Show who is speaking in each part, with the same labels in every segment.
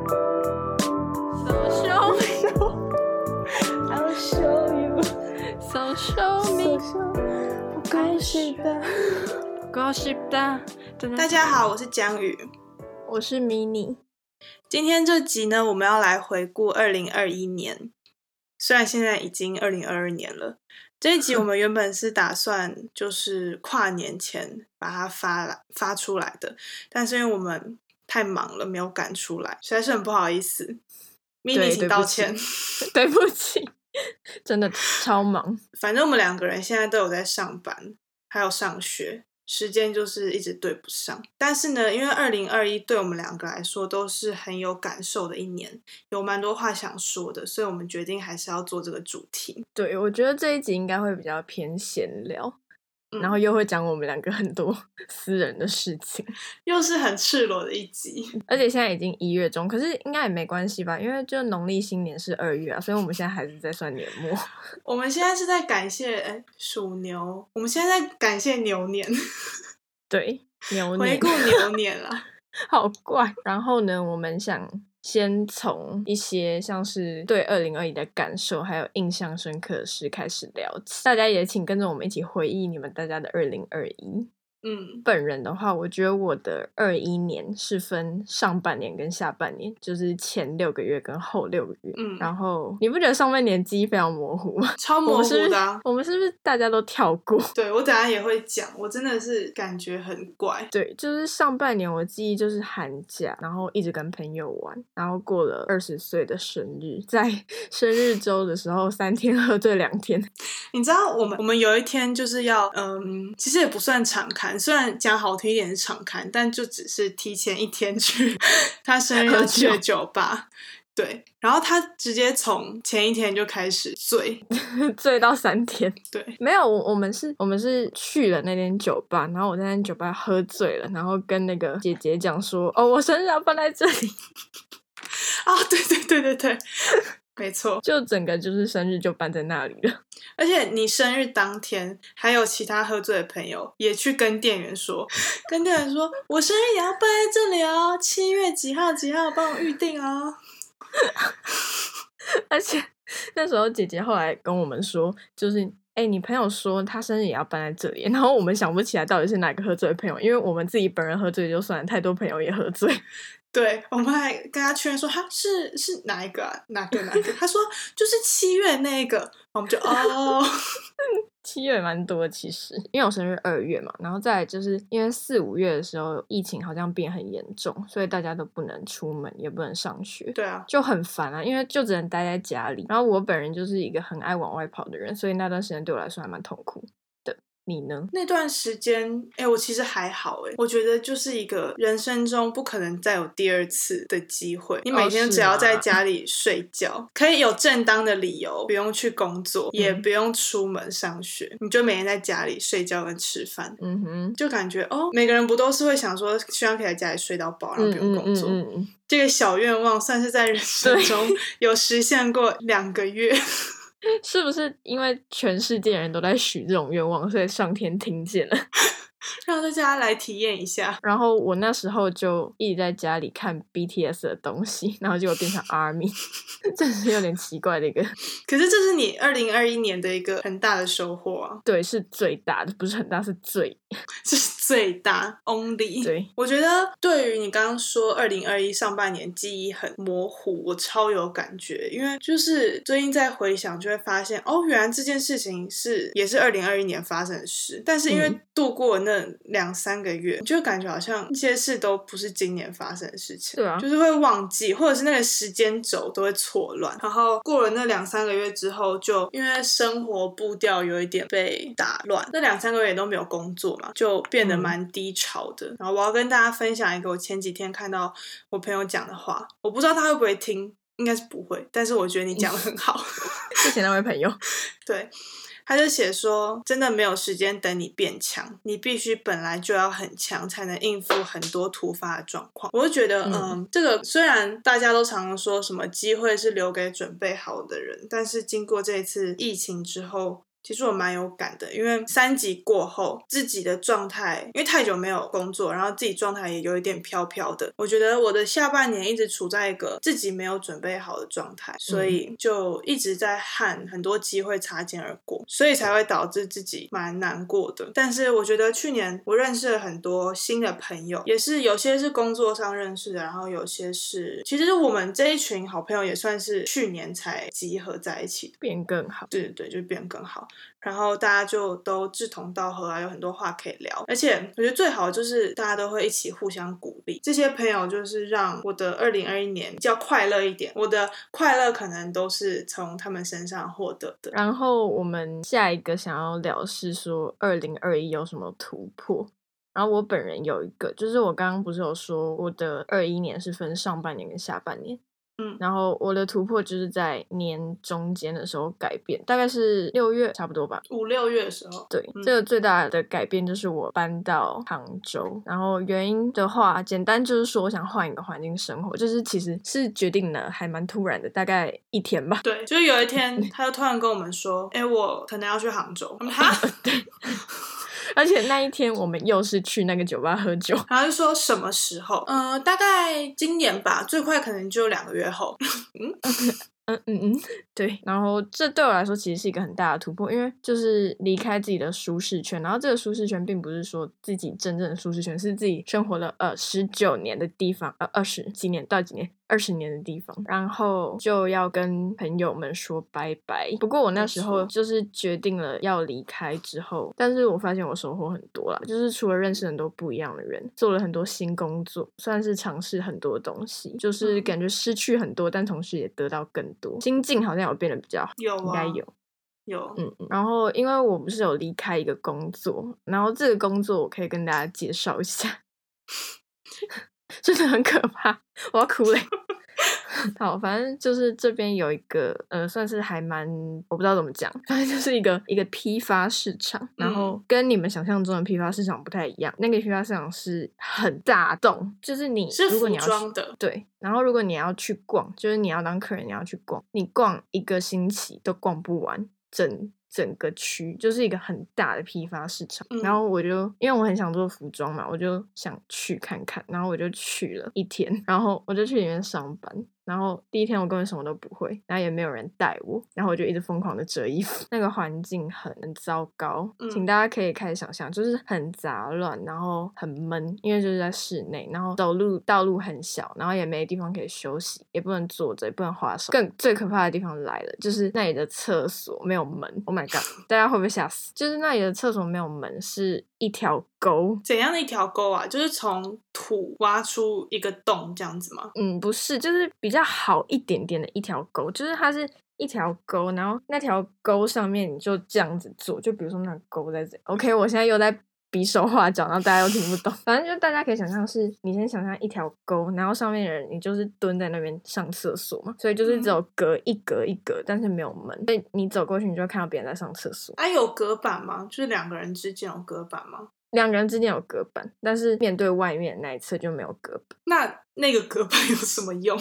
Speaker 1: 是的，
Speaker 2: Gossip 的，真的
Speaker 1: 大家好，我是江宇。
Speaker 3: 我是迷你，
Speaker 1: 今天这集呢，我们要来回顾二零二一年。虽然现在已经二零二二年了，这一集我们原本是打算 就是跨年前把它发来发出来的，但是因为我们太忙了，没有赶出来，实在是很不好意思。咪咪，
Speaker 3: 对
Speaker 1: 请
Speaker 3: 对不
Speaker 1: 道
Speaker 3: 起
Speaker 1: 歉。
Speaker 3: 对不起，真的超忙。
Speaker 1: 反正我们两个人现在都有在上班，还有上学，时间就是一直对不上。但是呢，因为二零二一对我们两个来说都是很有感受的一年，有蛮多话想说的，所以我们决定还是要做这个主题。
Speaker 3: 对，我觉得这一集应该会比较偏闲聊，
Speaker 1: 嗯
Speaker 3: 然后又会讲我们两个很多私人的事情，
Speaker 1: 又是很赤裸的一集，
Speaker 3: 而且现在已经一月中，可是应该也没关系吧，因为就农历新年是二月啊，所以我们现在还是在算年末。
Speaker 1: 我们现在是在感谢哎属牛，我们现在在感谢牛年，
Speaker 3: 对，牛
Speaker 1: 回
Speaker 3: 年
Speaker 1: 顾牛年啦。
Speaker 3: 好怪。然后呢，我们想先从一些像是对二零二一的感受，还有印象深刻的事开始聊起。大家也请跟着我们一起回忆你们大家的二零二一。
Speaker 1: 嗯，
Speaker 3: 本人的话，我觉得我的二一年是分上半年跟下半年，就是前六个月跟后六个月。
Speaker 1: 嗯
Speaker 3: 然后你不觉得上半年记忆非常模糊吗？
Speaker 1: 超
Speaker 3: 我
Speaker 1: 模
Speaker 3: 们
Speaker 1: 糊
Speaker 3: 是不
Speaker 1: 的
Speaker 3: 是
Speaker 1: 啊、
Speaker 3: 我们是不是大家都跳过？
Speaker 1: 对我等下也会讲，我真的是感觉很怪。
Speaker 3: 对，就是上半年我记忆就是寒假，然后一直跟朋友玩，然后过了二十岁的生日，在 生日周的时候三天喝醉两天，
Speaker 1: 你知道我们我们有一天就是要嗯，其实也不算敞刊，虽然讲好听一点是敞刊，但就只是提前一天去他生日要去的
Speaker 3: 喝
Speaker 1: 酒吧。对，然后他直接从前一天就开始醉，
Speaker 3: 醉到三天。
Speaker 1: 对，
Speaker 3: 没有，我我们是我们是去了那间酒吧，然后我在那间酒吧喝醉了，然后跟那个姐姐讲说，哦，我生日要办在这里，
Speaker 1: 啊、对对对对对，没错。
Speaker 3: 就整个就是生日就办在那里了。
Speaker 1: 而且你生日当天，还有其他喝醉的朋友也去跟店员说，跟店员说我生日也要办在这里哦，七月几号几号帮我预定哦。
Speaker 3: 而且那时候姐姐后来跟我们说，就是哎、欸你朋友说他生日也要搬在这里，然后我们想不起来到底是哪个喝醉的朋友，因为我们自己本人喝醉就算了，太多朋友也喝醉。
Speaker 1: 对，我们还跟他确认说他是是哪一个、啊、哪个哪个，他说就是七月那一个，然后我们就哦，
Speaker 3: 七月蛮多的，其实因为我生日二月嘛，然后再来就是因为四五月的时候疫情好像变很严重，所以大家都不能出门，也不能上学，
Speaker 1: 对啊，
Speaker 3: 就很烦啊，因为就只能待在家里。然后我本人就是一个很爱往外跑的人，所以那段时间对我来说还蛮痛苦的。你呢？
Speaker 1: 那段时间，哎、我其实还好、哎，我觉得就是一个人生中不可能再有第二次的机会。你每
Speaker 3: 哦
Speaker 1: 天
Speaker 3: 是
Speaker 1: 只要
Speaker 3: 吗
Speaker 1: 在家里睡觉，可以有正当的理由，不用去工作，也
Speaker 3: 嗯
Speaker 1: 不用出门上学，你就每天在家里睡觉跟吃饭。
Speaker 3: 嗯哼，
Speaker 1: 就感觉哦，每个人不都是会想说，希望可以在家里睡到饱，然后
Speaker 3: 嗯
Speaker 1: 不
Speaker 3: 嗯
Speaker 1: 用工
Speaker 3: 嗯
Speaker 1: 作。
Speaker 3: 嗯嗯，
Speaker 1: 这个小愿望算是在人生
Speaker 3: 对
Speaker 1: 中有实现过两个月。
Speaker 3: 是不是因为全世界人都在许这种愿望，所以上天听见了？
Speaker 1: 让大家来体验一下。
Speaker 3: 然后我那时候就一直在家里看 BTS 的东西，然后结果变 成 ARMY，真是有点奇怪的一个。
Speaker 1: 可是这是你二零二一年的一个很大的收获啊，
Speaker 3: 对，是最大的，不是很大，是最
Speaker 1: 这是最大 only。
Speaker 3: 对。
Speaker 1: 我觉得对于你刚刚说二零二一上半年记忆很模糊，我超有感觉，因为就是最近在回想，就会发现哦，原来这件事情是也是二零二一年发生的事，但是因为
Speaker 3: 嗯
Speaker 1: 度过那两三个月，你就感觉好像一些事都不是今年发生的事情，
Speaker 3: 对啊
Speaker 1: 就是会忘记，或者是那个时间轴都会错乱。然后过了那两三个月之后，就因为生活步调有一点被打乱，那两三个月也都没有工作嘛，就变得
Speaker 3: 嗯
Speaker 1: 蛮低潮的。然后我要跟大家分享一个我前几天看到我朋友讲的话，我不知道他会不会听。应该是不会，但是我觉得你讲的很好。
Speaker 3: 之前那位朋友，
Speaker 1: 对，他就写说，真的没有时间等你变强，你必须本来就要很强，才能应付很多突发的状况。我就觉得，嗯、
Speaker 3: 嗯
Speaker 1: 这个虽然大家都常常说什么机会是留给准备好的人，但是经过这一次疫情之后。其实我蛮有感的，因为三级过后，自己的状态因为太久没有工作，然后自己状态也有一点飘飘的。我觉得我的下半年一直处在一个自己没有准备好的状态，所以就一直在和很多机会擦肩而过，所以才会导致自己蛮难过的。但是我觉得去年我认识了很多新的朋友，也是有些是工作上认识的，然后有些是其实我们这一群好朋友也算是去年才集合在一起的。
Speaker 3: 变更好。
Speaker 1: 对对对，就变更好。然后大家就都志同道合啊，有很多话可以聊。而且我觉得最好就是大家都会一起互相鼓励。这些朋友就是让我的二零二一年比较快乐一点。我的快乐可能都是从他们身上获得的。
Speaker 3: 然后我们下一个想要聊是说二零二一有什么突破。然后我本人有一个，就是我刚刚不是有说我的二一年是分上半年跟下半年，
Speaker 1: 嗯
Speaker 3: 然后我的突破就是在年中间的时候改变，大概是六月差不多吧。
Speaker 1: 五六月的时候，
Speaker 3: 对，
Speaker 1: 嗯
Speaker 3: 这个最大的改变就是我搬到杭州，然后原因的话，简单就是说我想换一个环境生活，就是其实是决定了还蛮突然的，大概一天吧。
Speaker 1: 对，就是有一天
Speaker 3: 嗯
Speaker 1: 他就突然跟我们说：“哎、我可能要去杭州。”我们哈，
Speaker 3: 而且那一天我们又是去那个酒吧喝酒，
Speaker 1: 然后就说什么时候？嗯、大概今年吧，最快可能就两个月后。
Speaker 3: 嗯嗯嗯， 对。然后这对我来说其实是一个很大的突破，因为就是离开自己的舒适圈。然后这个舒适圈并不是说自己真正的舒适圈，是自己生活了呃十九年的地方，呃二十几年到几年。二十年的地方，然后就要跟朋友们说拜拜。不过我那
Speaker 1: 没
Speaker 3: 时候
Speaker 1: 错
Speaker 3: 就是决定了要离开之后，但是我发现我收获很多啦，就是除了认识很多不一样的人，做了很多新工作，算是尝试很多东西，就是
Speaker 1: 嗯
Speaker 3: 感觉失去很多，但同时也得到更多。心境好像有变得比较好，
Speaker 1: 有
Speaker 3: 应
Speaker 1: 啊，
Speaker 3: 该有。
Speaker 1: 有，
Speaker 3: 嗯，嗯然后因为我不是有离开一个工作，然后这个工作我可以跟大家介绍一下， 真的很可怕，我要哭 嘞。好，反正就是这边有一个呃，算是还蛮我不知道怎么讲，反正就是一个一个批发市场，然
Speaker 1: 嗯
Speaker 3: 后跟你们想象中的批发市场不太一样。那个批发市场是很大栋，就是你
Speaker 1: 是
Speaker 3: 如果
Speaker 1: 服
Speaker 3: 你要去
Speaker 1: 装的，
Speaker 3: 对，然后如果你要去逛，就是你要当客人，你要去逛，你逛一个星期都逛不完整整个区，就是一个很大的批发市场。然
Speaker 1: 嗯
Speaker 3: 后我就因为我很想做服装嘛，我就想去看看，然后我就去了一天，然后我就去里面上班。然后第一天我根本什么都不会，然后也没有人带我，然后我就一直疯狂的折衣服。那个环境很糟糕，请
Speaker 1: 嗯
Speaker 3: 大家可以开始想象，就是很杂乱，然后很闷，因为就是在室内，然后走路道路很小，然后也没地方可以休息，也不能坐着，也不能划手。更最可怕的地方来了，就是那里的厕所没有门。Oh my god！大家会不会吓死？就是那里的厕所没有门，是一条沟，
Speaker 1: 怎样的一条沟啊？就是从土挖出一个洞这样子吗？
Speaker 3: 嗯，不是，就是比较好一点点的一条沟，就是它是一条沟，然后那条沟上面你就这样子做，就比如说那个沟在这里。OK，我现在又在比手画脚，然后大家又听不懂。 反正就大家可以想象是，你先想象一条沟，然后上面的人你就是蹲在那边上厕所嘛，所以就是只有隔一格一格，但是没有门，所以你走过去你就会看到别人在上厕所。
Speaker 1: 啊，有隔板吗？就是两个人之间有隔板吗？
Speaker 3: 两个人之间有隔板，但是面对外面的那一侧就没有隔板。
Speaker 1: 那那个隔板有什么用？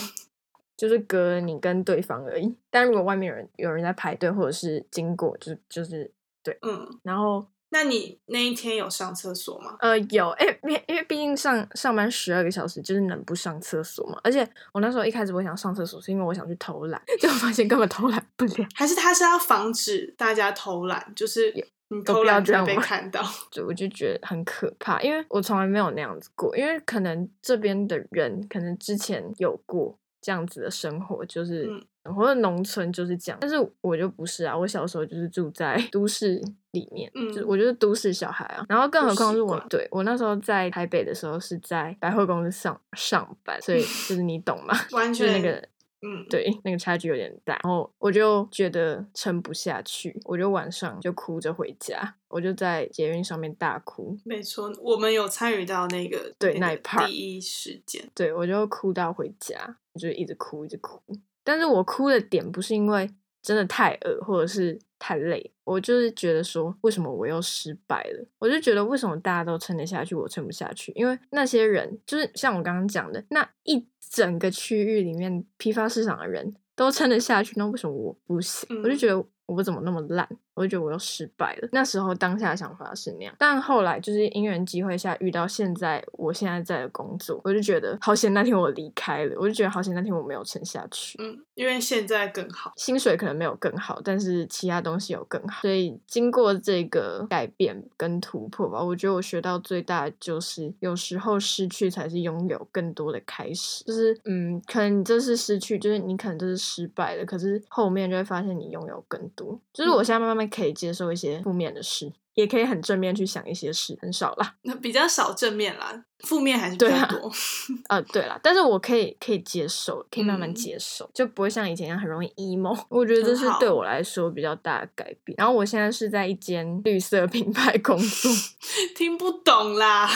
Speaker 3: 就是隔了你跟对方而已。但如果外面有人有人在排队或者是经过，就就是对。
Speaker 1: 嗯，
Speaker 3: 然后
Speaker 1: 那你那一天有上厕所吗？
Speaker 3: 呃有哎、因为因为毕竟上上班十二个小时，就是能不上厕所嘛。而且我那时候一开始我想上厕所，是因为我想去偷懒， 结果发现根本偷懒不了。
Speaker 1: 还是他是要防止大家偷懒，就是
Speaker 3: 也
Speaker 1: 你
Speaker 3: 都
Speaker 1: 偷
Speaker 3: 不要
Speaker 1: 懒
Speaker 3: 这
Speaker 1: 就
Speaker 3: 样
Speaker 1: 会被
Speaker 3: 吗
Speaker 1: 看到？
Speaker 3: 对，我就觉得很可怕，因为我从来没有那样子过，因为可能这边的人可能之前有过这样子的生活，就是、
Speaker 1: 嗯
Speaker 3: 或者农村就是这样，但是我就不是啊，我小时候就是住在 都市里面，就是
Speaker 1: 嗯
Speaker 3: 我就是都市小孩啊，然后更
Speaker 1: 不
Speaker 3: 何况
Speaker 1: 习
Speaker 3: 是我
Speaker 1: 惯
Speaker 3: 对我那时候在台北的时候是在百货公司上上班，所以就是你懂 吗？
Speaker 1: 完
Speaker 3: 就是那
Speaker 1: 全
Speaker 3: 个
Speaker 1: 嗯，
Speaker 3: 对，那个差距有点大，然后我就觉得撑不下去，我就晚上就哭着回家，我就在捷运上面大哭，
Speaker 1: 没错，我们有参与到那个
Speaker 3: 对那
Speaker 1: 那
Speaker 3: 一
Speaker 1: 个
Speaker 3: part
Speaker 1: 第一时间，
Speaker 3: 对我就哭到回家，我就一直哭一直哭，但是我哭的点不是因为真的太饿或者是太累，我就是觉得说为什么我又失败了，我就觉得为什么大家都撑得下去，我撑不下去，因为那些人就是像我刚刚讲的那一整个区域里面批发市场的人都撑得下去，那为什么我不行？我就
Speaker 1: 嗯
Speaker 3: 觉得我怎么那么烂，我就觉得我又失败了。那时候当下的想法是那样，但后来就是因缘机会下遇到现在我现在在的工作，我就觉得好险那天我离开了，我就觉得好险那天我没有撑下去。
Speaker 1: 嗯，因为现在更好。
Speaker 3: 薪水可能没有更好，但是其他东西有更好。所以经过这个改变跟突破吧，我觉得我学到最大的就是，有时候失去才是拥有更多的开始。就是嗯，可能你这次失去，就是你可能这是失败的，可是后面就会发现你拥有更多。就是我现在慢慢可以接受一些负面的事，也可以很正面去想一些事，很少啦。
Speaker 1: 那比较少正面啦，负面还是比
Speaker 3: 对
Speaker 1: 较
Speaker 3: 啊
Speaker 1: 多。
Speaker 3: 呃，对啦，但是我可以可以接受，可以慢慢
Speaker 1: 嗯
Speaker 3: 接受，就不会像以前一样很容易 emo。我觉得这
Speaker 1: 很
Speaker 3: 是
Speaker 1: 好
Speaker 3: 对我来说比较大的改变。然后我现在是在一间绿色品牌工 作，
Speaker 1: 听不懂啦，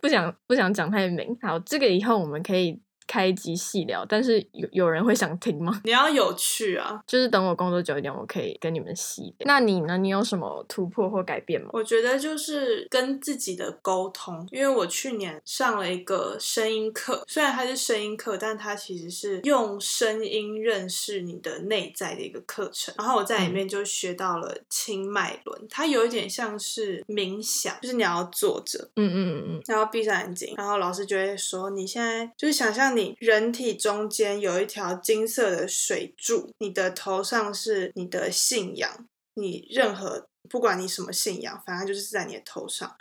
Speaker 3: 不想不想讲太明。好，这个以后我们可以开一集细聊，但是有有人会想听吗？
Speaker 1: 你要有趣啊！
Speaker 3: 就是等我工作久一点，我可以跟你们细聊。那你呢？你有什么突破或改变吗？
Speaker 1: 我觉得就是跟自己的沟通，因为我去年上了一个声音课，虽然它是声音课，但它其实是用声音认识你的内在的一个课程。然后我在里面就学到了清脉轮，它有一点像是冥想，就是你要坐着，
Speaker 3: 嗯嗯嗯
Speaker 1: 然后闭上眼睛，然后老师就会说：“你现在就是想象你人体中间有一条金色的水柱，你的头上是你的信仰，你任何不管你什么信仰，反正就是在你的头上。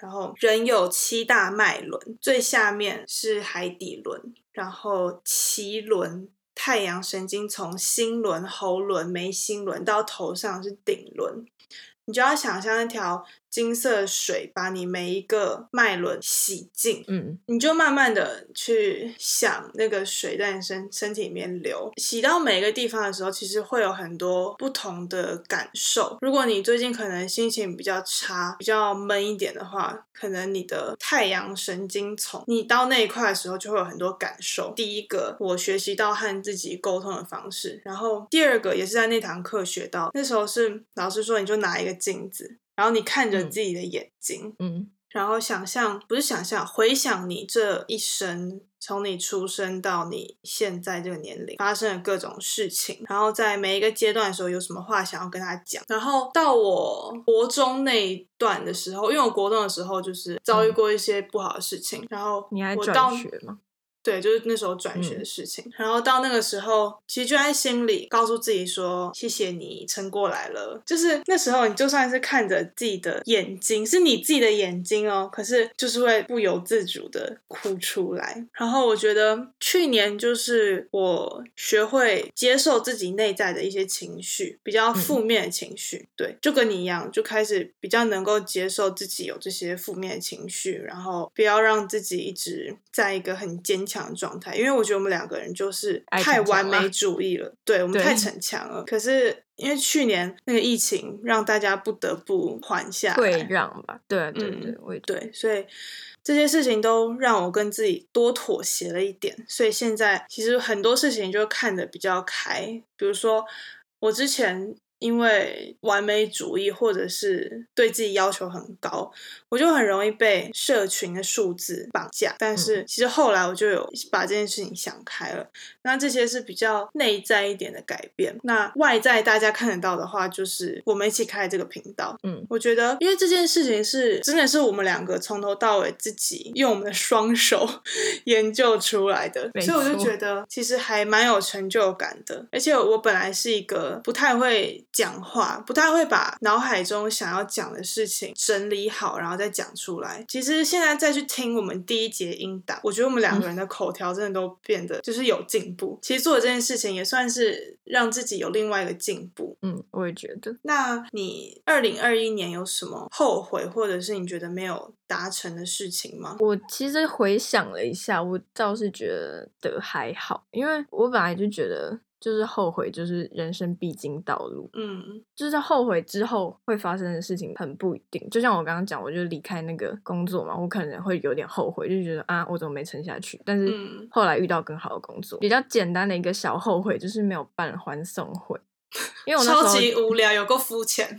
Speaker 1: 然后人有七大脉轮，最下面是海底轮，然后脐轮。”太阳神经从心轮、喉轮、眉心轮到头上是顶轮，你就要想象一条金色的水把你每一个脉轮洗净，
Speaker 3: 嗯
Speaker 1: 你就慢慢的去想那个水在你身身体里面流，洗到每一个地方的时候，其实会有很多不同的感受。如果你最近可能心情比较差、比较闷一点的话，可能你的太阳神经丛，你到那一块的时候就会有很多感受。第一个，我学习到和自己沟通的方式，然后第二个也是在那堂课学到，那时候是老师说你就拿一个镜子，然后你看着
Speaker 3: 嗯
Speaker 1: 自己的眼睛。
Speaker 3: 嗯
Speaker 1: 然后想象不是想象，回想你这一生，从你出生到你现在这个年龄发生的各种事情，然后在每一个阶段的时候有什么话想要跟他讲。然后到我国中那一段的时候，因为我国中的时候就是遭遇过一些不好的事情，然后
Speaker 3: 嗯你还
Speaker 1: 我
Speaker 3: 转
Speaker 1: 到
Speaker 3: 学吗？
Speaker 1: 对，就是那时候转学的事情。然后到那个时候，其实就在心里告诉自己说：“谢谢你撑过来了。”就是那时候，你就算是看着自己的眼睛，是你自己的眼睛哦，可是就是会不由自主的哭出来。然后我觉得去年就是我学会接受自己内在的一些情绪，比较
Speaker 3: 嗯
Speaker 1: 负面的情绪，对，就跟你一样，就开始比较能够接受自己有这些负面的情绪，然后不要让自己一直在一个很坚强的状态，因为我觉得我们两个人就是
Speaker 3: 爱
Speaker 1: 太
Speaker 3: 逞强
Speaker 1: 完美
Speaker 3: 啊
Speaker 1: 主义了，对我们
Speaker 3: 对
Speaker 1: 太逞强了。可是因为去年那个疫情，让大家不得不缓下
Speaker 3: 退
Speaker 1: 来，
Speaker 3: 让吧，对啊对
Speaker 1: 嗯
Speaker 3: 对，我也觉得
Speaker 1: 对，所以这些事情都让我跟自己多妥协了一点，所以现在其实很多事情就看得比较开。比如说，我之前因为完美主义或者是对自己要求很高，我就很容易被社群的数字绑架。但是其实后来我就有把这件事情想开了，那这些是比较内在一点的改变。那外在大家看得到的话，就是我们一起开这个频道，
Speaker 3: 嗯
Speaker 1: 我觉得，嗯因为这件事情是真的是我们两个从头到尾自己用我们的双手 研究出来的，
Speaker 3: 没
Speaker 1: 所以
Speaker 3: 错
Speaker 1: 我就觉得其实还蛮有成就感的。而且我本来是一个不太会讲话、不太会把脑海中想要讲的事情整理好，然后再讲出来。其实现在再去听我们第一节音档，我觉得我们两个人的口条真的都变得就是有进步。其实做这件事情也算是让自己有另外一个进步。
Speaker 3: 嗯，我也觉得。
Speaker 1: 那你二零二一年有什么后悔，或者是你觉得没有达成的事情吗？
Speaker 3: 我其实回想了一下，我倒是觉得还好，因为我本来就觉得就是后悔，就是人生必经道路，
Speaker 1: 嗯
Speaker 3: 就是后悔之后会发生的事情很不一定。就像我刚刚讲，我就离开那个工作嘛，我可能会有点后悔，就觉得啊，我怎么没撑下去？但是
Speaker 1: 嗯，
Speaker 3: 后来遇到更好的工作，比较简单的一个小后悔就是没有办欢送会，因为我那时
Speaker 1: 超
Speaker 3: 候
Speaker 1: 级无聊，有够肤浅。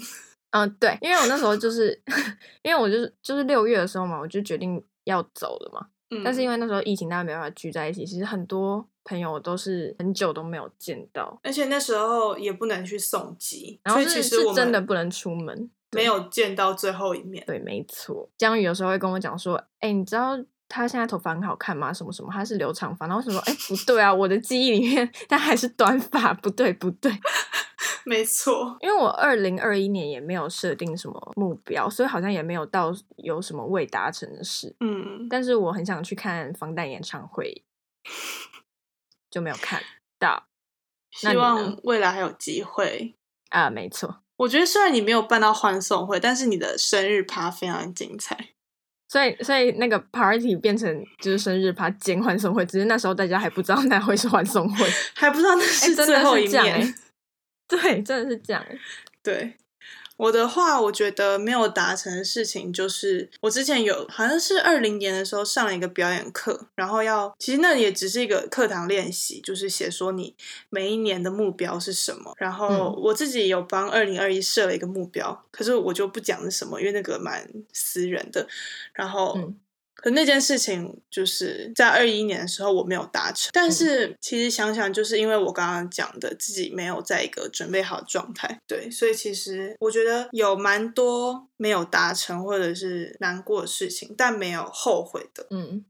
Speaker 3: 嗯，对，因为我那时候就是 因为我就是就是六月的时候嘛，我就决定要走了嘛。
Speaker 1: 嗯，
Speaker 3: 但是因为那时候疫情，大家没办法聚在一起，其实很多朋友都是很久都没有见到，
Speaker 1: 而且那时候也不能去送机，
Speaker 3: 然后
Speaker 1: 所以
Speaker 3: 是
Speaker 1: 其实我
Speaker 3: 是
Speaker 1: 们
Speaker 3: 真的不能出门。
Speaker 1: 没有见到最后一面。
Speaker 3: 对，没错。江宇有时候会跟我讲说：“哎、你知道他现在头发很好看吗？什么什么，他是留长发。”然后我想说：“哎、不对啊，我的记忆里面 他还是短发，不对不对。”
Speaker 1: 没错，
Speaker 3: 因为我二零二一年也没有设定什么目标，所以好像也没有到有什么未达成的事。
Speaker 1: 嗯，
Speaker 3: 但是我很想去看防弹演唱会，就没有看到那
Speaker 1: 希
Speaker 3: 你呢
Speaker 1: 望未来还有机会。
Speaker 3: 啊。没错，
Speaker 1: 我觉得虽然你没有办到欢送会，但是你的生日趴非常精彩。
Speaker 3: 所以所以那个 party 变成就是生日趴兼欢送会，只是那时候大家还不知道那会是欢送会，
Speaker 1: 还不知道那
Speaker 3: 哎、
Speaker 1: 是
Speaker 3: 真
Speaker 1: 最后
Speaker 3: 的
Speaker 1: 一
Speaker 3: 是这样、
Speaker 1: 面。
Speaker 3: 欸，对，真的是这样、欸。
Speaker 1: 对我的话，我觉得没有达成的事情就是，我之前有好像是二零年的时候上了一个表演课，然后要其实那也只是一个课堂练习，就是写说你每一年的目标是什么。然后
Speaker 3: 嗯
Speaker 1: 我自己有帮二零二一设了一个目标，可是我就不讲是什么，因为那个蛮私人的。然后。
Speaker 3: 嗯
Speaker 1: 可那件事情就是在二一年的时候我没有达成，但是其实想想，就是因为我刚刚讲的自己没有在一个准备好的状态，对，所以其实我觉得有蛮多没有达成或者是难过的事情，但没有后悔的。
Speaker 3: 嗯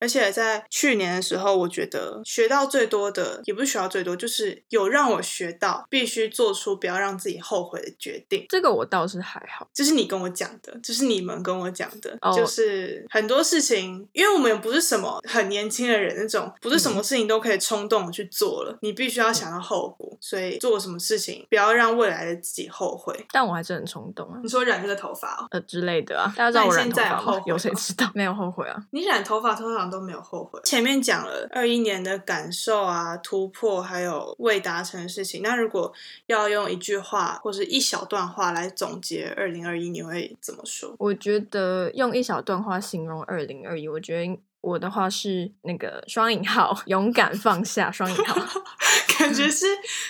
Speaker 1: 而且在去年的时候，我觉得学到最多的，也不是学到最多，就是有让我学到必须做出不要让自己后悔的决定。
Speaker 3: 这个我倒是还好，
Speaker 1: 这是你跟我讲的，这是你们跟我讲的
Speaker 3: 哦
Speaker 1: 就是很多事情，因为我们也不是什么很年轻的人，那种不是什么事情都可以冲动地去做了，你必须要想到后果，所以做什么事情不要让未来的自己后悔。
Speaker 3: 但我还是很冲动啊
Speaker 1: 你。说染这个头发、哦，
Speaker 3: 呃之类的啊，大家知道我染头
Speaker 1: 那你现在有后
Speaker 3: 发
Speaker 1: 悔
Speaker 3: 吗？有谁
Speaker 1: 吗
Speaker 3: 知道？ 没有后悔啊。
Speaker 1: 你染头发通常都没有后悔。前面讲了二一年的感受啊、突破，还有未达成的事情。那如果要用一句话或是一小段话来总结二零二一，你会怎么说？
Speaker 3: 我觉得用一小段话形容二零二一，我觉得我的话是那个双引号，勇敢放下双引号。
Speaker 1: 感觉是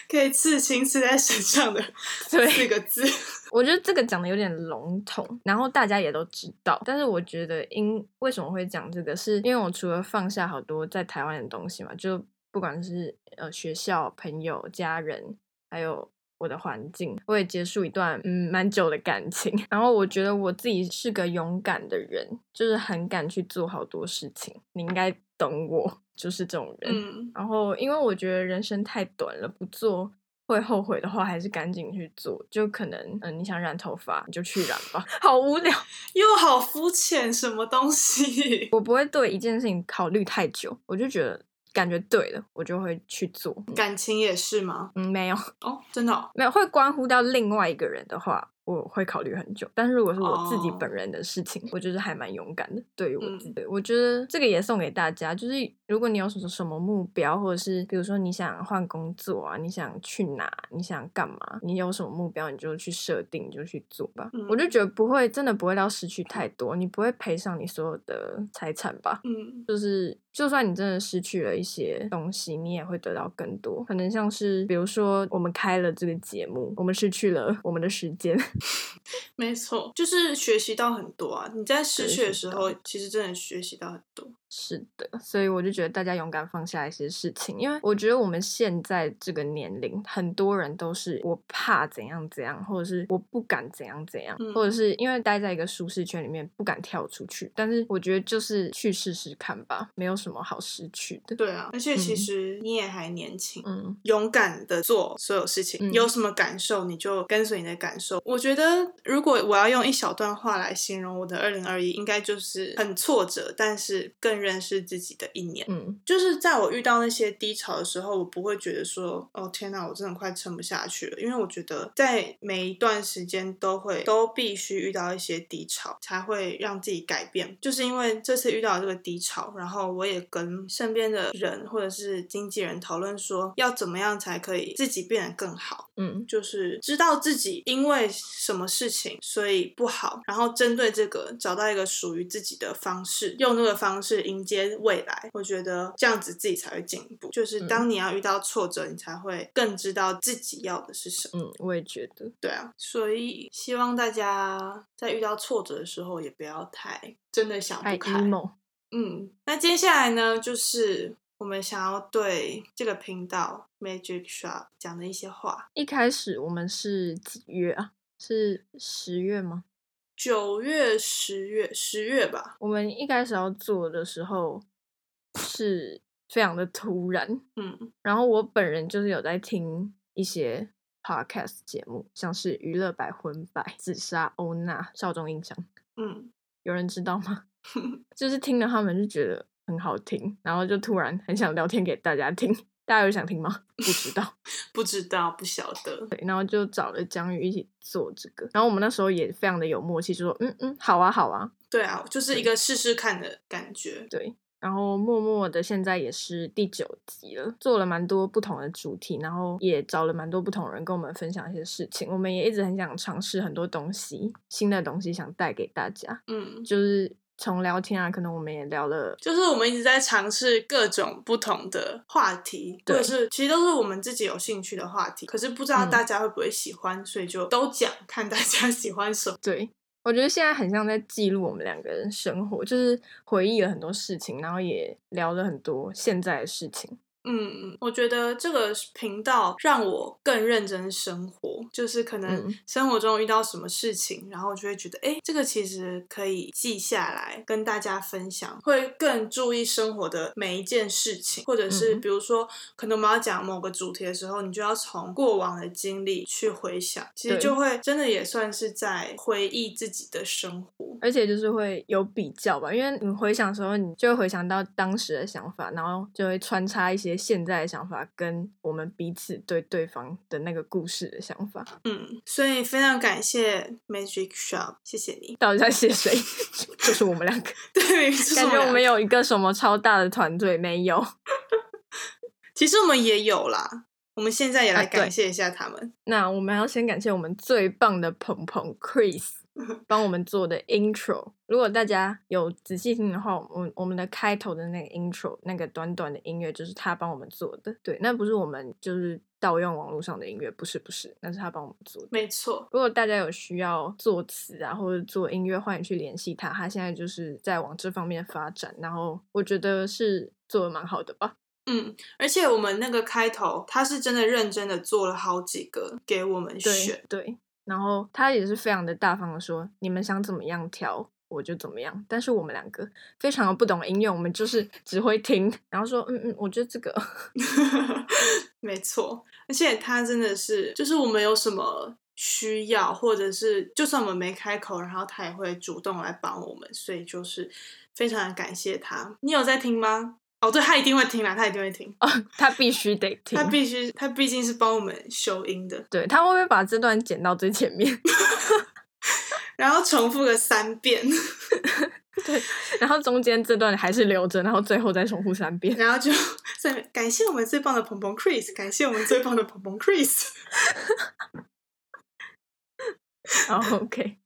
Speaker 1: 可以刺青刺在身上的四
Speaker 3: 对，
Speaker 1: 个字。
Speaker 3: 我觉得这个讲的有点笼统，然后大家也都知道。但是我觉得因为什么会讲这个是，因为我除了放下好多在台湾的东西嘛，就不管是呃学校、朋友、家人，还有我的环境，我也结束一段嗯蛮久的感情。 然后我觉得我自己是个勇敢的人，就是很敢去做好多事情。你应该懂我，就是这种人。
Speaker 1: 嗯，
Speaker 3: 然后，因为我觉得人生太短了，不做会后悔的话，还是赶紧去做。就可能，嗯、你想染头发，你就去染吧。 好无聊，
Speaker 1: 又好肤浅，什么东西？
Speaker 3: 我不会对一件事情考虑太久，我就觉得感觉对了，我就会去做。
Speaker 1: 感情也是吗？
Speaker 3: 嗯，没有，
Speaker 1: 哦，真的、哦，
Speaker 3: 没有，会关乎到另外一个人的话，我会考虑很久。但是如果是我自己
Speaker 1: 哦
Speaker 3: 本人的事情我就是还蛮勇敢的。对于我自己，
Speaker 1: 嗯
Speaker 3: 对我觉得这个也送给大家，就是如果你有什么什么目标，或者是比如说你想换工作啊，你想去哪，你想干嘛，你有什么目标，你就去设定，你就去做吧。
Speaker 1: 嗯
Speaker 3: 我就觉得不会，真的不会到失去太多，你不会赔上你所有的财产吧。
Speaker 1: 嗯
Speaker 3: 就是就算你真的失去了一些东西，你也会得到更多。可能像是比如说，我们开了这个节目，我们失去了我们的时间，
Speaker 1: 没错，就是学习到很多啊。你在失去的时候
Speaker 3: 对学习，
Speaker 1: 其实真的学习到很多。
Speaker 3: 是的，所以我就觉得大家勇敢放下一些事情，因为我觉得我们现在这个年龄，很多人都是我怕怎样怎样，或者是我不敢怎样怎样，
Speaker 1: 嗯
Speaker 3: 或者是因为待在一个舒适圈里面不敢跳出去。但是我觉得就是去试试看吧，没有什么好失去的。
Speaker 1: 对啊，而且其
Speaker 3: 嗯
Speaker 1: 实你也还年轻。
Speaker 3: 嗯，
Speaker 1: 勇敢的做所有事情，
Speaker 3: 嗯
Speaker 1: 有什么感受你就跟随你的感受。我觉得，如果我要用一小段话来形容我的二零二一，应该就是很挫折，但是更认识自己的一年。
Speaker 3: 嗯，
Speaker 1: 就是在我遇到那些低潮的时候，我不会觉得说，哦天哪，我真的快撑不下去了，因为我觉得在每一段时间都会都必须遇到一些低潮，才会让自己改变。就是因为这次遇到这个低潮，然后我也跟身边的人或者是经纪人讨论说，要怎么样才可以自己变得更好。
Speaker 3: 嗯，
Speaker 1: 就是知道自己因为什么事情所以不好，然后针对这个找到一个属于自己的方式，用那个方式迎接未来。我觉得这样子自己才会进步。就是当你要遇到挫折，你才会更知道自己要的是什么。
Speaker 3: 嗯，我也觉得。
Speaker 1: 对啊，所以希望大家在遇到挫折的时候，也不要太真的想
Speaker 3: 太
Speaker 1: 不开。
Speaker 3: emo，
Speaker 1: 嗯，那接下来呢，就是。我们想要对这个频道 Magic Shop 讲的一些话。
Speaker 3: 一开始我们是几月啊？是十月吗？
Speaker 1: 九月、十月、十月吧，
Speaker 3: 我们一开始要做的时候是非常的突然，
Speaker 1: 嗯，
Speaker 3: 然后我本人就是有在听一些 podcast 节目，像是《娱乐百分百》《自杀》《欧娜》《少中印象》，
Speaker 1: 嗯，
Speaker 3: 有人知道吗？就是听了他们就觉得很好听，然后就突然很想聊天给大家听。大家有想听吗？不知道。
Speaker 1: 不知道，不晓得，
Speaker 3: 对，然后就找了江宇一起做这个。然后我们那时候也非常的有默契，就说嗯嗯，好啊好啊。
Speaker 1: 对啊，就是一个试试看的感觉。
Speaker 3: 对，然后默默的现在也是第九集了，做了蛮多不同的主题，然后也找了蛮多不同人跟我们分享一些事情。我们也一直很想尝试很多东西，新的东西想带给大家，
Speaker 1: 嗯，
Speaker 3: 就是从聊天啊，可能我们也聊了。
Speaker 1: 就是我们一直在尝试各种不同的话题，或
Speaker 3: 对
Speaker 1: 者是其实都是我们自己有兴趣的话题，可是不知道
Speaker 3: 嗯
Speaker 1: 大家会不会喜欢，所以就都讲，看大家喜欢什么。
Speaker 3: 对，我觉得现在很像在记录我们两个人生活，就是回忆了很多事情，然后也聊了很多现在的事情。
Speaker 1: 嗯，我觉得这个频道让我更认真生活，就是可能
Speaker 3: 嗯
Speaker 1: 生活中遇到什么事情，然后我就会觉得，哎，这个其实可以记下来跟大家分享，会更注意生活的每一件事情，或者是
Speaker 3: 嗯
Speaker 1: 比如说，可能我们要讲某个主题的时候，你就要从过往的经历去回想，其实
Speaker 3: 对
Speaker 1: 就会真的也算是在回忆自己的生活。
Speaker 3: 而且就是会有比较吧，因为你回想的时候，你就会回想到当时的想法，然后就会穿插一些现在的想法跟我们彼此对对方的那个故事的想法。
Speaker 1: 嗯，所以非常感谢 Magic Shop，谢谢你。
Speaker 3: 到底在写谁？ 就是我们两个，
Speaker 1: 对，就是
Speaker 3: 感
Speaker 1: 们
Speaker 3: 觉我
Speaker 1: 两
Speaker 3: 们
Speaker 1: 个
Speaker 3: 有一个什么超大的团队没有？
Speaker 1: 其实我们也有啦，我们现在也来
Speaker 3: 啊对
Speaker 1: 感谢一下他们。
Speaker 3: 那我们要先感谢我们最棒的鹏鹏 Chris 帮我们做的 intro。如果大家有仔细听的话，我们我们的开头的那个 intro，那个短短的音乐就是他帮我们做的。对，那不是我们就是盗用网络上的音乐，不是不是，那是他帮我们做的。
Speaker 1: 没错，
Speaker 3: 如果大家有需要作词啊，或者做音乐，欢迎去联系他。他现在就是在往这方面发展，然后我觉得是做的蛮好的吧。
Speaker 1: 嗯，而且我们那个开头，他是真的认真的做了好几个给我们
Speaker 3: 对
Speaker 1: 选，
Speaker 3: 对，然后他也是非常的大方的说，你们想怎么样调我就怎么样。但是我们两个非常的不懂音乐，我们就是只会听，然后说嗯嗯，我觉得这个
Speaker 1: 没错，而且他真的是，就是我们有什么。需要，或者是就算我们没开口，然后他也会主动来帮我们，所以就是非常的感谢他。你有在听吗？哦，对他一定会听啦，他一定会听，
Speaker 3: 他必须得听
Speaker 1: 他。必须，他毕竟是帮我们修音的，
Speaker 3: 对他会不会把这段剪到最前面，
Speaker 1: 然后重复了三遍。
Speaker 3: 然后中间这段还是留着，然后最后再重复三遍？
Speaker 1: 然后就在感谢我们最棒的鹏鹏 Chris，感谢我们最棒的鹏鹏 Chris。
Speaker 3: 然后哦 OK，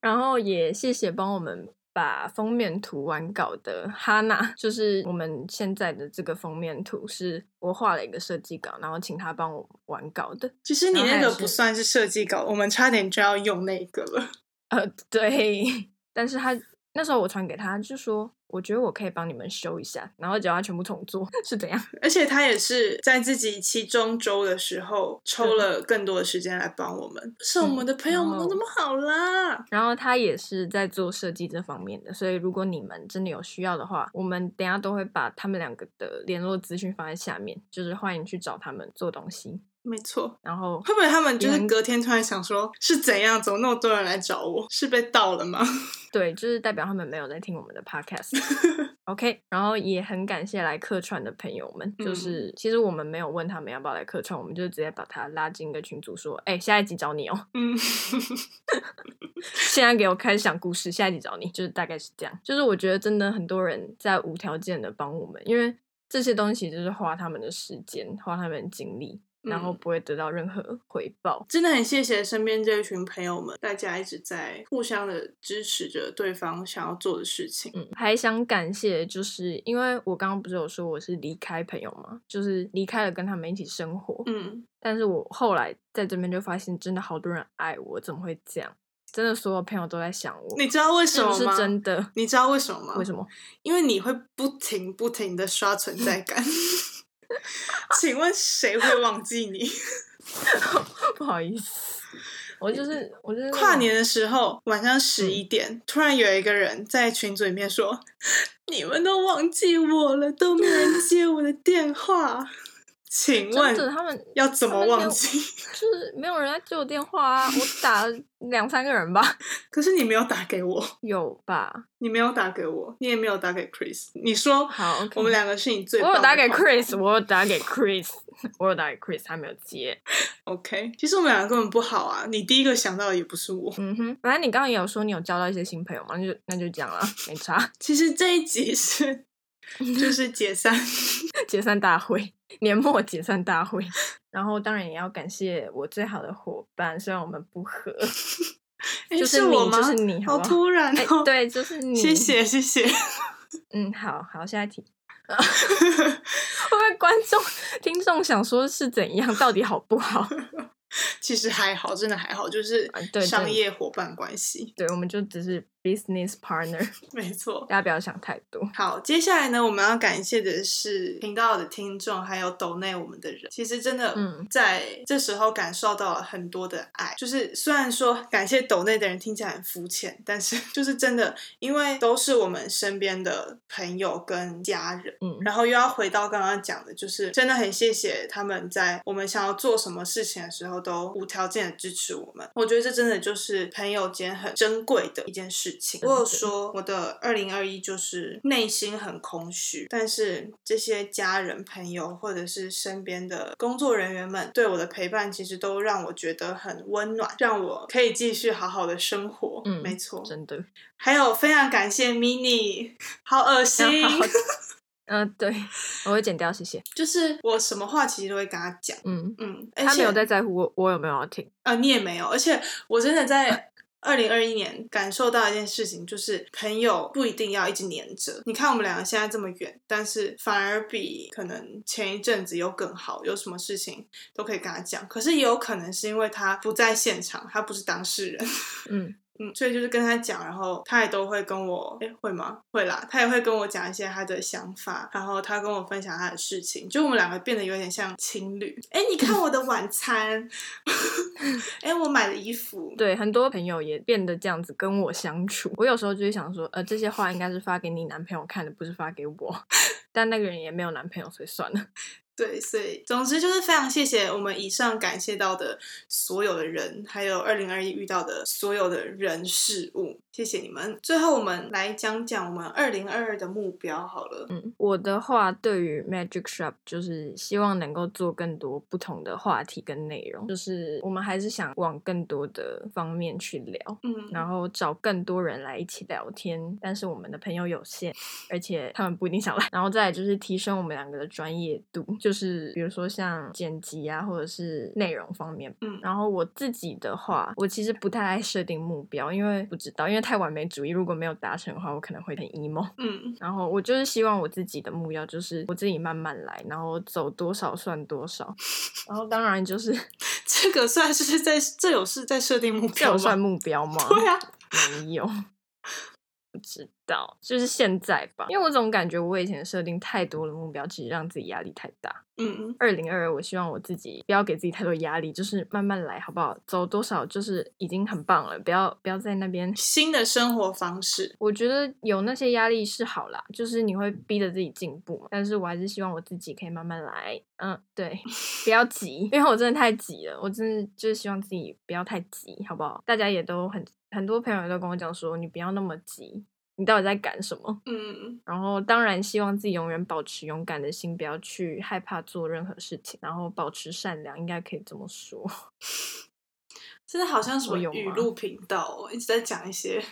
Speaker 3: 然后也谢谢帮我们把封面图完稿的哈娜，就是我们现在的这个封面图是我画了一个设计稿，然后请她帮我完稿的。
Speaker 1: 其实你
Speaker 3: 然后
Speaker 1: 那
Speaker 3: 还
Speaker 1: 个
Speaker 3: 有
Speaker 1: 不
Speaker 3: 是
Speaker 1: 算是设计稿，我们差点就要用那个了。
Speaker 3: 呃， 对，但是她那时候我传给她就说，我觉得我可以帮你们修一下，然后叫她全部重做，是怎样？
Speaker 1: 而且他也是在自己期中周的时候抽
Speaker 3: 嗯
Speaker 1: 了更多的时间来帮我们。是我们的朋友们都
Speaker 3: 哦
Speaker 1: 那么好啦，
Speaker 3: 然后她也是在做设计这方面的，所以如果你们真的有需要的话，我们等一下都会把他们两个的联络资讯放在下面，就是欢迎去找他们做东西。
Speaker 1: 没错。
Speaker 3: 然后
Speaker 1: 会不会他们就
Speaker 3: 也
Speaker 1: 是
Speaker 3: 很
Speaker 1: 隔天突然想说，是怎样，怎么那么多人来找我？是被盗了吗？
Speaker 3: 对，就是代表他们没有在听我们的 podcast。OK，然后也很感谢来客串的朋友们，
Speaker 1: 嗯
Speaker 3: 就是、其实我们没有问他们要不要来客串，我们就直接把他拉进一个群组说，哎、下一集找你哦，
Speaker 1: 嗯，
Speaker 3: 现在给我开始讲故事，下一集找你，就是大概是这样。就是我觉得真的很多人在无条件的帮我们，因为这些东西就是花他们的时间，花他们的精力。然后
Speaker 1: 嗯
Speaker 3: 不会得到任何回报，
Speaker 1: 真的很谢谢身边这一群朋友们，大家一直在互相的支持着对方想要做的事情。
Speaker 3: 嗯，还想感谢，就是因为我刚刚不是有说我是离开朋友嘛，就是离开了跟他们一起生活，
Speaker 1: 嗯，
Speaker 3: 但是我后来在这边就发现，真的好多人爱我，怎么会这样？真的所有朋友都在想我，
Speaker 1: 你知道为
Speaker 3: 是
Speaker 1: 什
Speaker 3: 不
Speaker 1: 么
Speaker 3: 是
Speaker 1: 吗？
Speaker 3: 真的？
Speaker 1: 你知道为什么吗？
Speaker 3: 为什么？
Speaker 1: 因为你会不停不停的刷存在 感。请问谁会忘记 你？
Speaker 3: 不好意思，我就是我就是那种
Speaker 1: 跨年的时候晚上十一点，
Speaker 3: 嗯
Speaker 1: 突然有一个人在群组里面说：“你们都忘记我了，都没有人接我的 电话。”请
Speaker 3: 真的
Speaker 1: 问
Speaker 3: 他们
Speaker 1: 要怎么忘记？
Speaker 3: 就是没有人在接我电话啊，我打了两三个人吧，
Speaker 1: 可是你没有打给我，
Speaker 3: 有吧？
Speaker 1: 你没有打给我，你也没有打给 Chris。你说
Speaker 3: 好，OK
Speaker 1: 我们两个是你最
Speaker 3: 我
Speaker 1: 棒
Speaker 3: 有
Speaker 1: 的
Speaker 3: 打给
Speaker 1: 朋友
Speaker 3: Chris，我有打给 Chris，我有 打给 Chris，他没有接。
Speaker 1: OK，其实我们两个根本不好啊！你第一个想到的也不是我。
Speaker 3: 嗯哼，反正你刚刚也有说你有交到一些新朋友嘛，那就那就这样啦，没差。
Speaker 1: 其实这一集 是就是解散，
Speaker 3: 解散大会，年末解散大会。然后当然也要感谢我最好的伙伴，虽然我们不合，
Speaker 1: 诶
Speaker 3: 哎就是
Speaker 1: 我
Speaker 3: 你
Speaker 1: 吗？
Speaker 3: 就是你好
Speaker 1: 好
Speaker 3: 不好
Speaker 1: 突然
Speaker 3: 哎、
Speaker 1: 哦！
Speaker 3: 对，就是你。
Speaker 1: 谢。谢谢谢。
Speaker 3: 嗯，好好，下一题。 会不会观众、听众想说是怎样，到底好不好？
Speaker 1: 其实还好，真的还好，就是
Speaker 3: 啊对
Speaker 1: 商
Speaker 3: 对
Speaker 1: 业伙伴关系，
Speaker 3: 对，我们就只是 business partner，
Speaker 1: 没错。
Speaker 3: 大家不要想太多。
Speaker 1: 好，接下来呢，我们要感谢的是频道的听众，还有抖内我们的人。其实真的
Speaker 3: 嗯，
Speaker 1: 在这时候感受到了很多的爱。就是虽然说感谢抖内的人听起来很肤浅，但是就是真的，因为都是我们身边的朋友跟家人。
Speaker 3: 嗯，
Speaker 1: 然后又要回到刚刚讲的，就是真的很谢谢他们在我们想要做什么事情的时候都无条件的支持我们。我觉得这真的就是朋友间很珍贵的一件事情。
Speaker 3: 嗯
Speaker 1: 我有
Speaker 3: 对
Speaker 1: 说我的二零二一就是内心很空虚，但是这些家人、朋友或者是身边的工作人员们对我的陪伴，其实都让我觉得很温暖，让我可以继续好好的生活。
Speaker 3: 嗯
Speaker 1: 没错。
Speaker 3: 真的。
Speaker 1: 还有非常感谢 mini，好恶心。
Speaker 3: 好嗯、对，我会剪掉，谢谢。
Speaker 1: 就是我什么话其实都会跟他讲，
Speaker 3: 嗯，
Speaker 1: 嗯，而
Speaker 3: 他没有
Speaker 1: 且
Speaker 3: 在在乎我，我有没有要听？
Speaker 1: 啊、你也没有，而且我真的在 二零二一年感受到一件事情，就是朋友不一定要一直黏着。你看我们两个现在这么远，但是反而比可能前一阵子又更好，有什么事情都可以跟他讲。可是也有可能是因为他不在现场，他不是当事人，
Speaker 3: 嗯，
Speaker 1: 嗯，所以就是跟他讲，然后他也都会跟我，哎，会吗？会啦，他也会跟我讲一些他的想法，然后他跟我分享他的事情，就我们两个变得有点像情侣。哎，你看我的晚餐， 哎，我买的衣服，
Speaker 3: 对，很多朋友也变得这样子跟我相处。我有时候就会想说，呃，这些话应该是发给你男朋友看的，不是发给我。 但那个人也没有男朋友，所以算了。
Speaker 1: 对，所以总之就是非常谢谢我们以上感谢到的所有的人，还有二零二一遇到的所有的人事物，谢谢你们。最后我们来讲讲我们二零二二的目标好了，
Speaker 3: 嗯，我的话对于 Magic Shop 就是希望能够做更多不同的话题跟内容，就是我们还是想往更多的方面去聊，
Speaker 1: 嗯，
Speaker 3: 然后找更多人来一起聊天。但是我们的朋友有限，而且他们不一定想来。然后再来就是提升我们两个的专业度，就是比如说像剪辑啊，或者是内容方面。
Speaker 1: 嗯
Speaker 3: 然后我自己的话，我其实不太爱设定目标，因为不知道，因为太完美主义，如果没有达成的话，我可能会很 emo。
Speaker 1: 嗯
Speaker 3: 然后我就是希望我自己的目标就是我自己慢慢来，然后走多少算多少。然后当然就是
Speaker 1: 这个算是在这有是在设定目
Speaker 3: 这
Speaker 1: 标
Speaker 3: 有
Speaker 1: 吗？
Speaker 3: 算目 标吗？
Speaker 1: 对啊，
Speaker 3: 没有，不知道，就是现在吧。因为我总感觉我以前设定太多的目标，其实让自己压力太大。
Speaker 1: 嗯，
Speaker 3: 二零二二，我希望我自己不要给自己太多压力，就是慢慢来，好不好？走多少就是已经很棒了，不要不要在那边
Speaker 1: 新的生活方式，
Speaker 3: 我觉得有那些压力是好啦，就是你会逼着自己进步嘛。但是我还是希望我自己可以慢慢来，嗯， 对，不要急，因为我真的太急了，我真的就是希望自己不要太急，好不好？大家也都很很多朋友也都跟我讲说，你不要那么急，你到底在赶什么？
Speaker 1: 嗯
Speaker 3: 然后当然希望自己永远保持勇敢的心，不要去害怕做任何事情，然后保持善良，应该可以这么说。
Speaker 1: 真的好像什么
Speaker 3: 我哦有吗
Speaker 1: 语录频道哦，一直在讲一些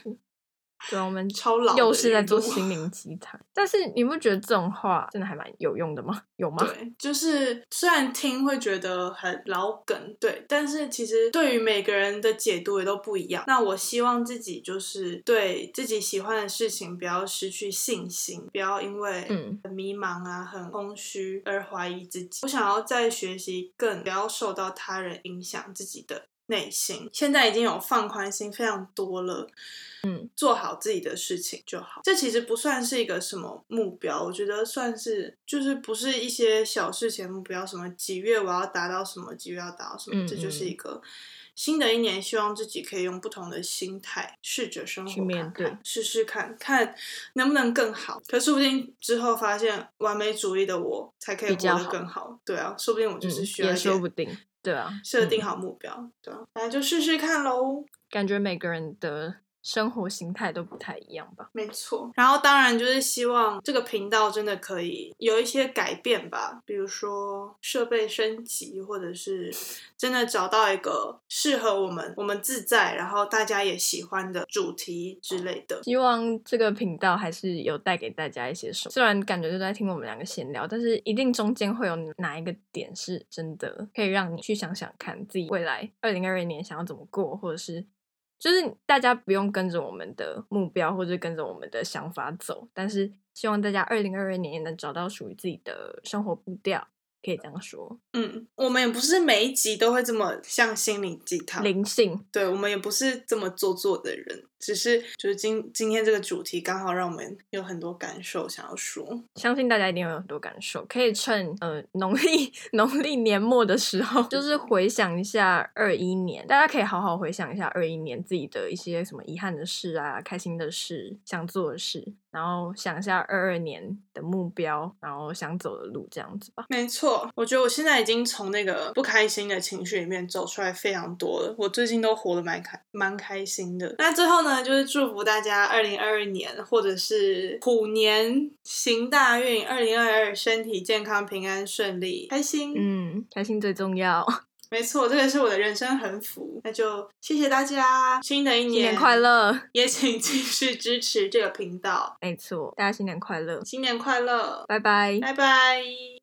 Speaker 3: 对啊，我们
Speaker 1: 超老的
Speaker 3: 又是在做
Speaker 1: 语录
Speaker 3: 心灵鸡汤，但是你不觉得这种话真的还蛮有用的吗？有吗？
Speaker 1: 对，就是虽然听会觉得很老梗，对，但是其实对于每个人的解读也都不一样。那我希望自己就是对自己喜欢的事情不要失去信心，不要因为
Speaker 3: 嗯
Speaker 1: 很迷茫啊、很空虚而怀疑自己。我想要再学习更不要受到他人影响自己的内心。现在已经有放宽心非常多了，
Speaker 3: 嗯，
Speaker 1: 做好自己的事情就好。这其实不算是一个什么目标，我觉得算是就是不是一些小事情的目标，什么几月我要达到什么，几月要达到什么，
Speaker 3: 嗯
Speaker 1: 这就是
Speaker 3: 嗯
Speaker 1: 一个。新的一年，希望自己可以用不同的心态试着生活
Speaker 3: 去面
Speaker 1: 看
Speaker 3: 对
Speaker 1: 看试试看看能不能更好。可说不定之后发现完美主义的我才可以
Speaker 3: 比
Speaker 1: 活
Speaker 3: 较好
Speaker 1: 得
Speaker 3: 嗯
Speaker 1: 更好。对啊，说不定我就是需要
Speaker 3: 也
Speaker 1: 一
Speaker 3: 说
Speaker 1: 点
Speaker 3: 不定，对啊，
Speaker 1: 设定
Speaker 3: 嗯
Speaker 1: 好目标，对啊，反正就试试看喽。
Speaker 3: 感觉每个人的生活形态都不太一样吧。
Speaker 1: 没错，然后当然就是希望这个频道真的可以有一些改变吧，比如说设备升级，或者是真的找到一个适合我们、我们自在，然后大家也喜欢的主题之类的。
Speaker 3: 希望这个频道还是有带给大家一些什么，虽然感觉就在听我们两个闲聊，但是一定中间会有哪一个点是真的可以让你去想想看自己未来二零二一年想要怎么过，或者是就是大家不用跟着我们的目标或者跟着我们的想法走，但是希望大家二零二二年也能找到属于自己的生活步调，可以这样说，
Speaker 1: 嗯，我们也不是每一集都会这么像心灵鸡汤，
Speaker 3: 灵性。
Speaker 1: 对我们也不是这么做作的人，只是就是今今天这个主题刚好让我们有很多感受想要说。
Speaker 3: 相信大家一定会有很多感受，可以趁呃农历 农历年末的时候，就是回想一下二一年，大家可以好好回想一下二一年自己的一些什么遗憾的事啊、开心的事、想做的事，然后想一下二二年的目标，然后想走的路这样子吧。
Speaker 1: 没错，我觉得我现在已经从那个不开心的情绪里面走出来非常多了。我最近都活得蛮开蛮开心的。那最后呢，就是祝福大家二零二二年或者是虎年行大运，二零二二身体健康、平安顺利、开心。，
Speaker 3: 嗯，开心最重要，
Speaker 1: 没错，这个是我的人生横幅。那就谢谢大家，新的一
Speaker 3: 新
Speaker 1: 年
Speaker 3: 年快！乐！
Speaker 1: 也请继续支持这个频道。
Speaker 3: 没错，大家新年快乐，
Speaker 1: 新年快乐，
Speaker 3: 拜拜。
Speaker 1: 拜拜。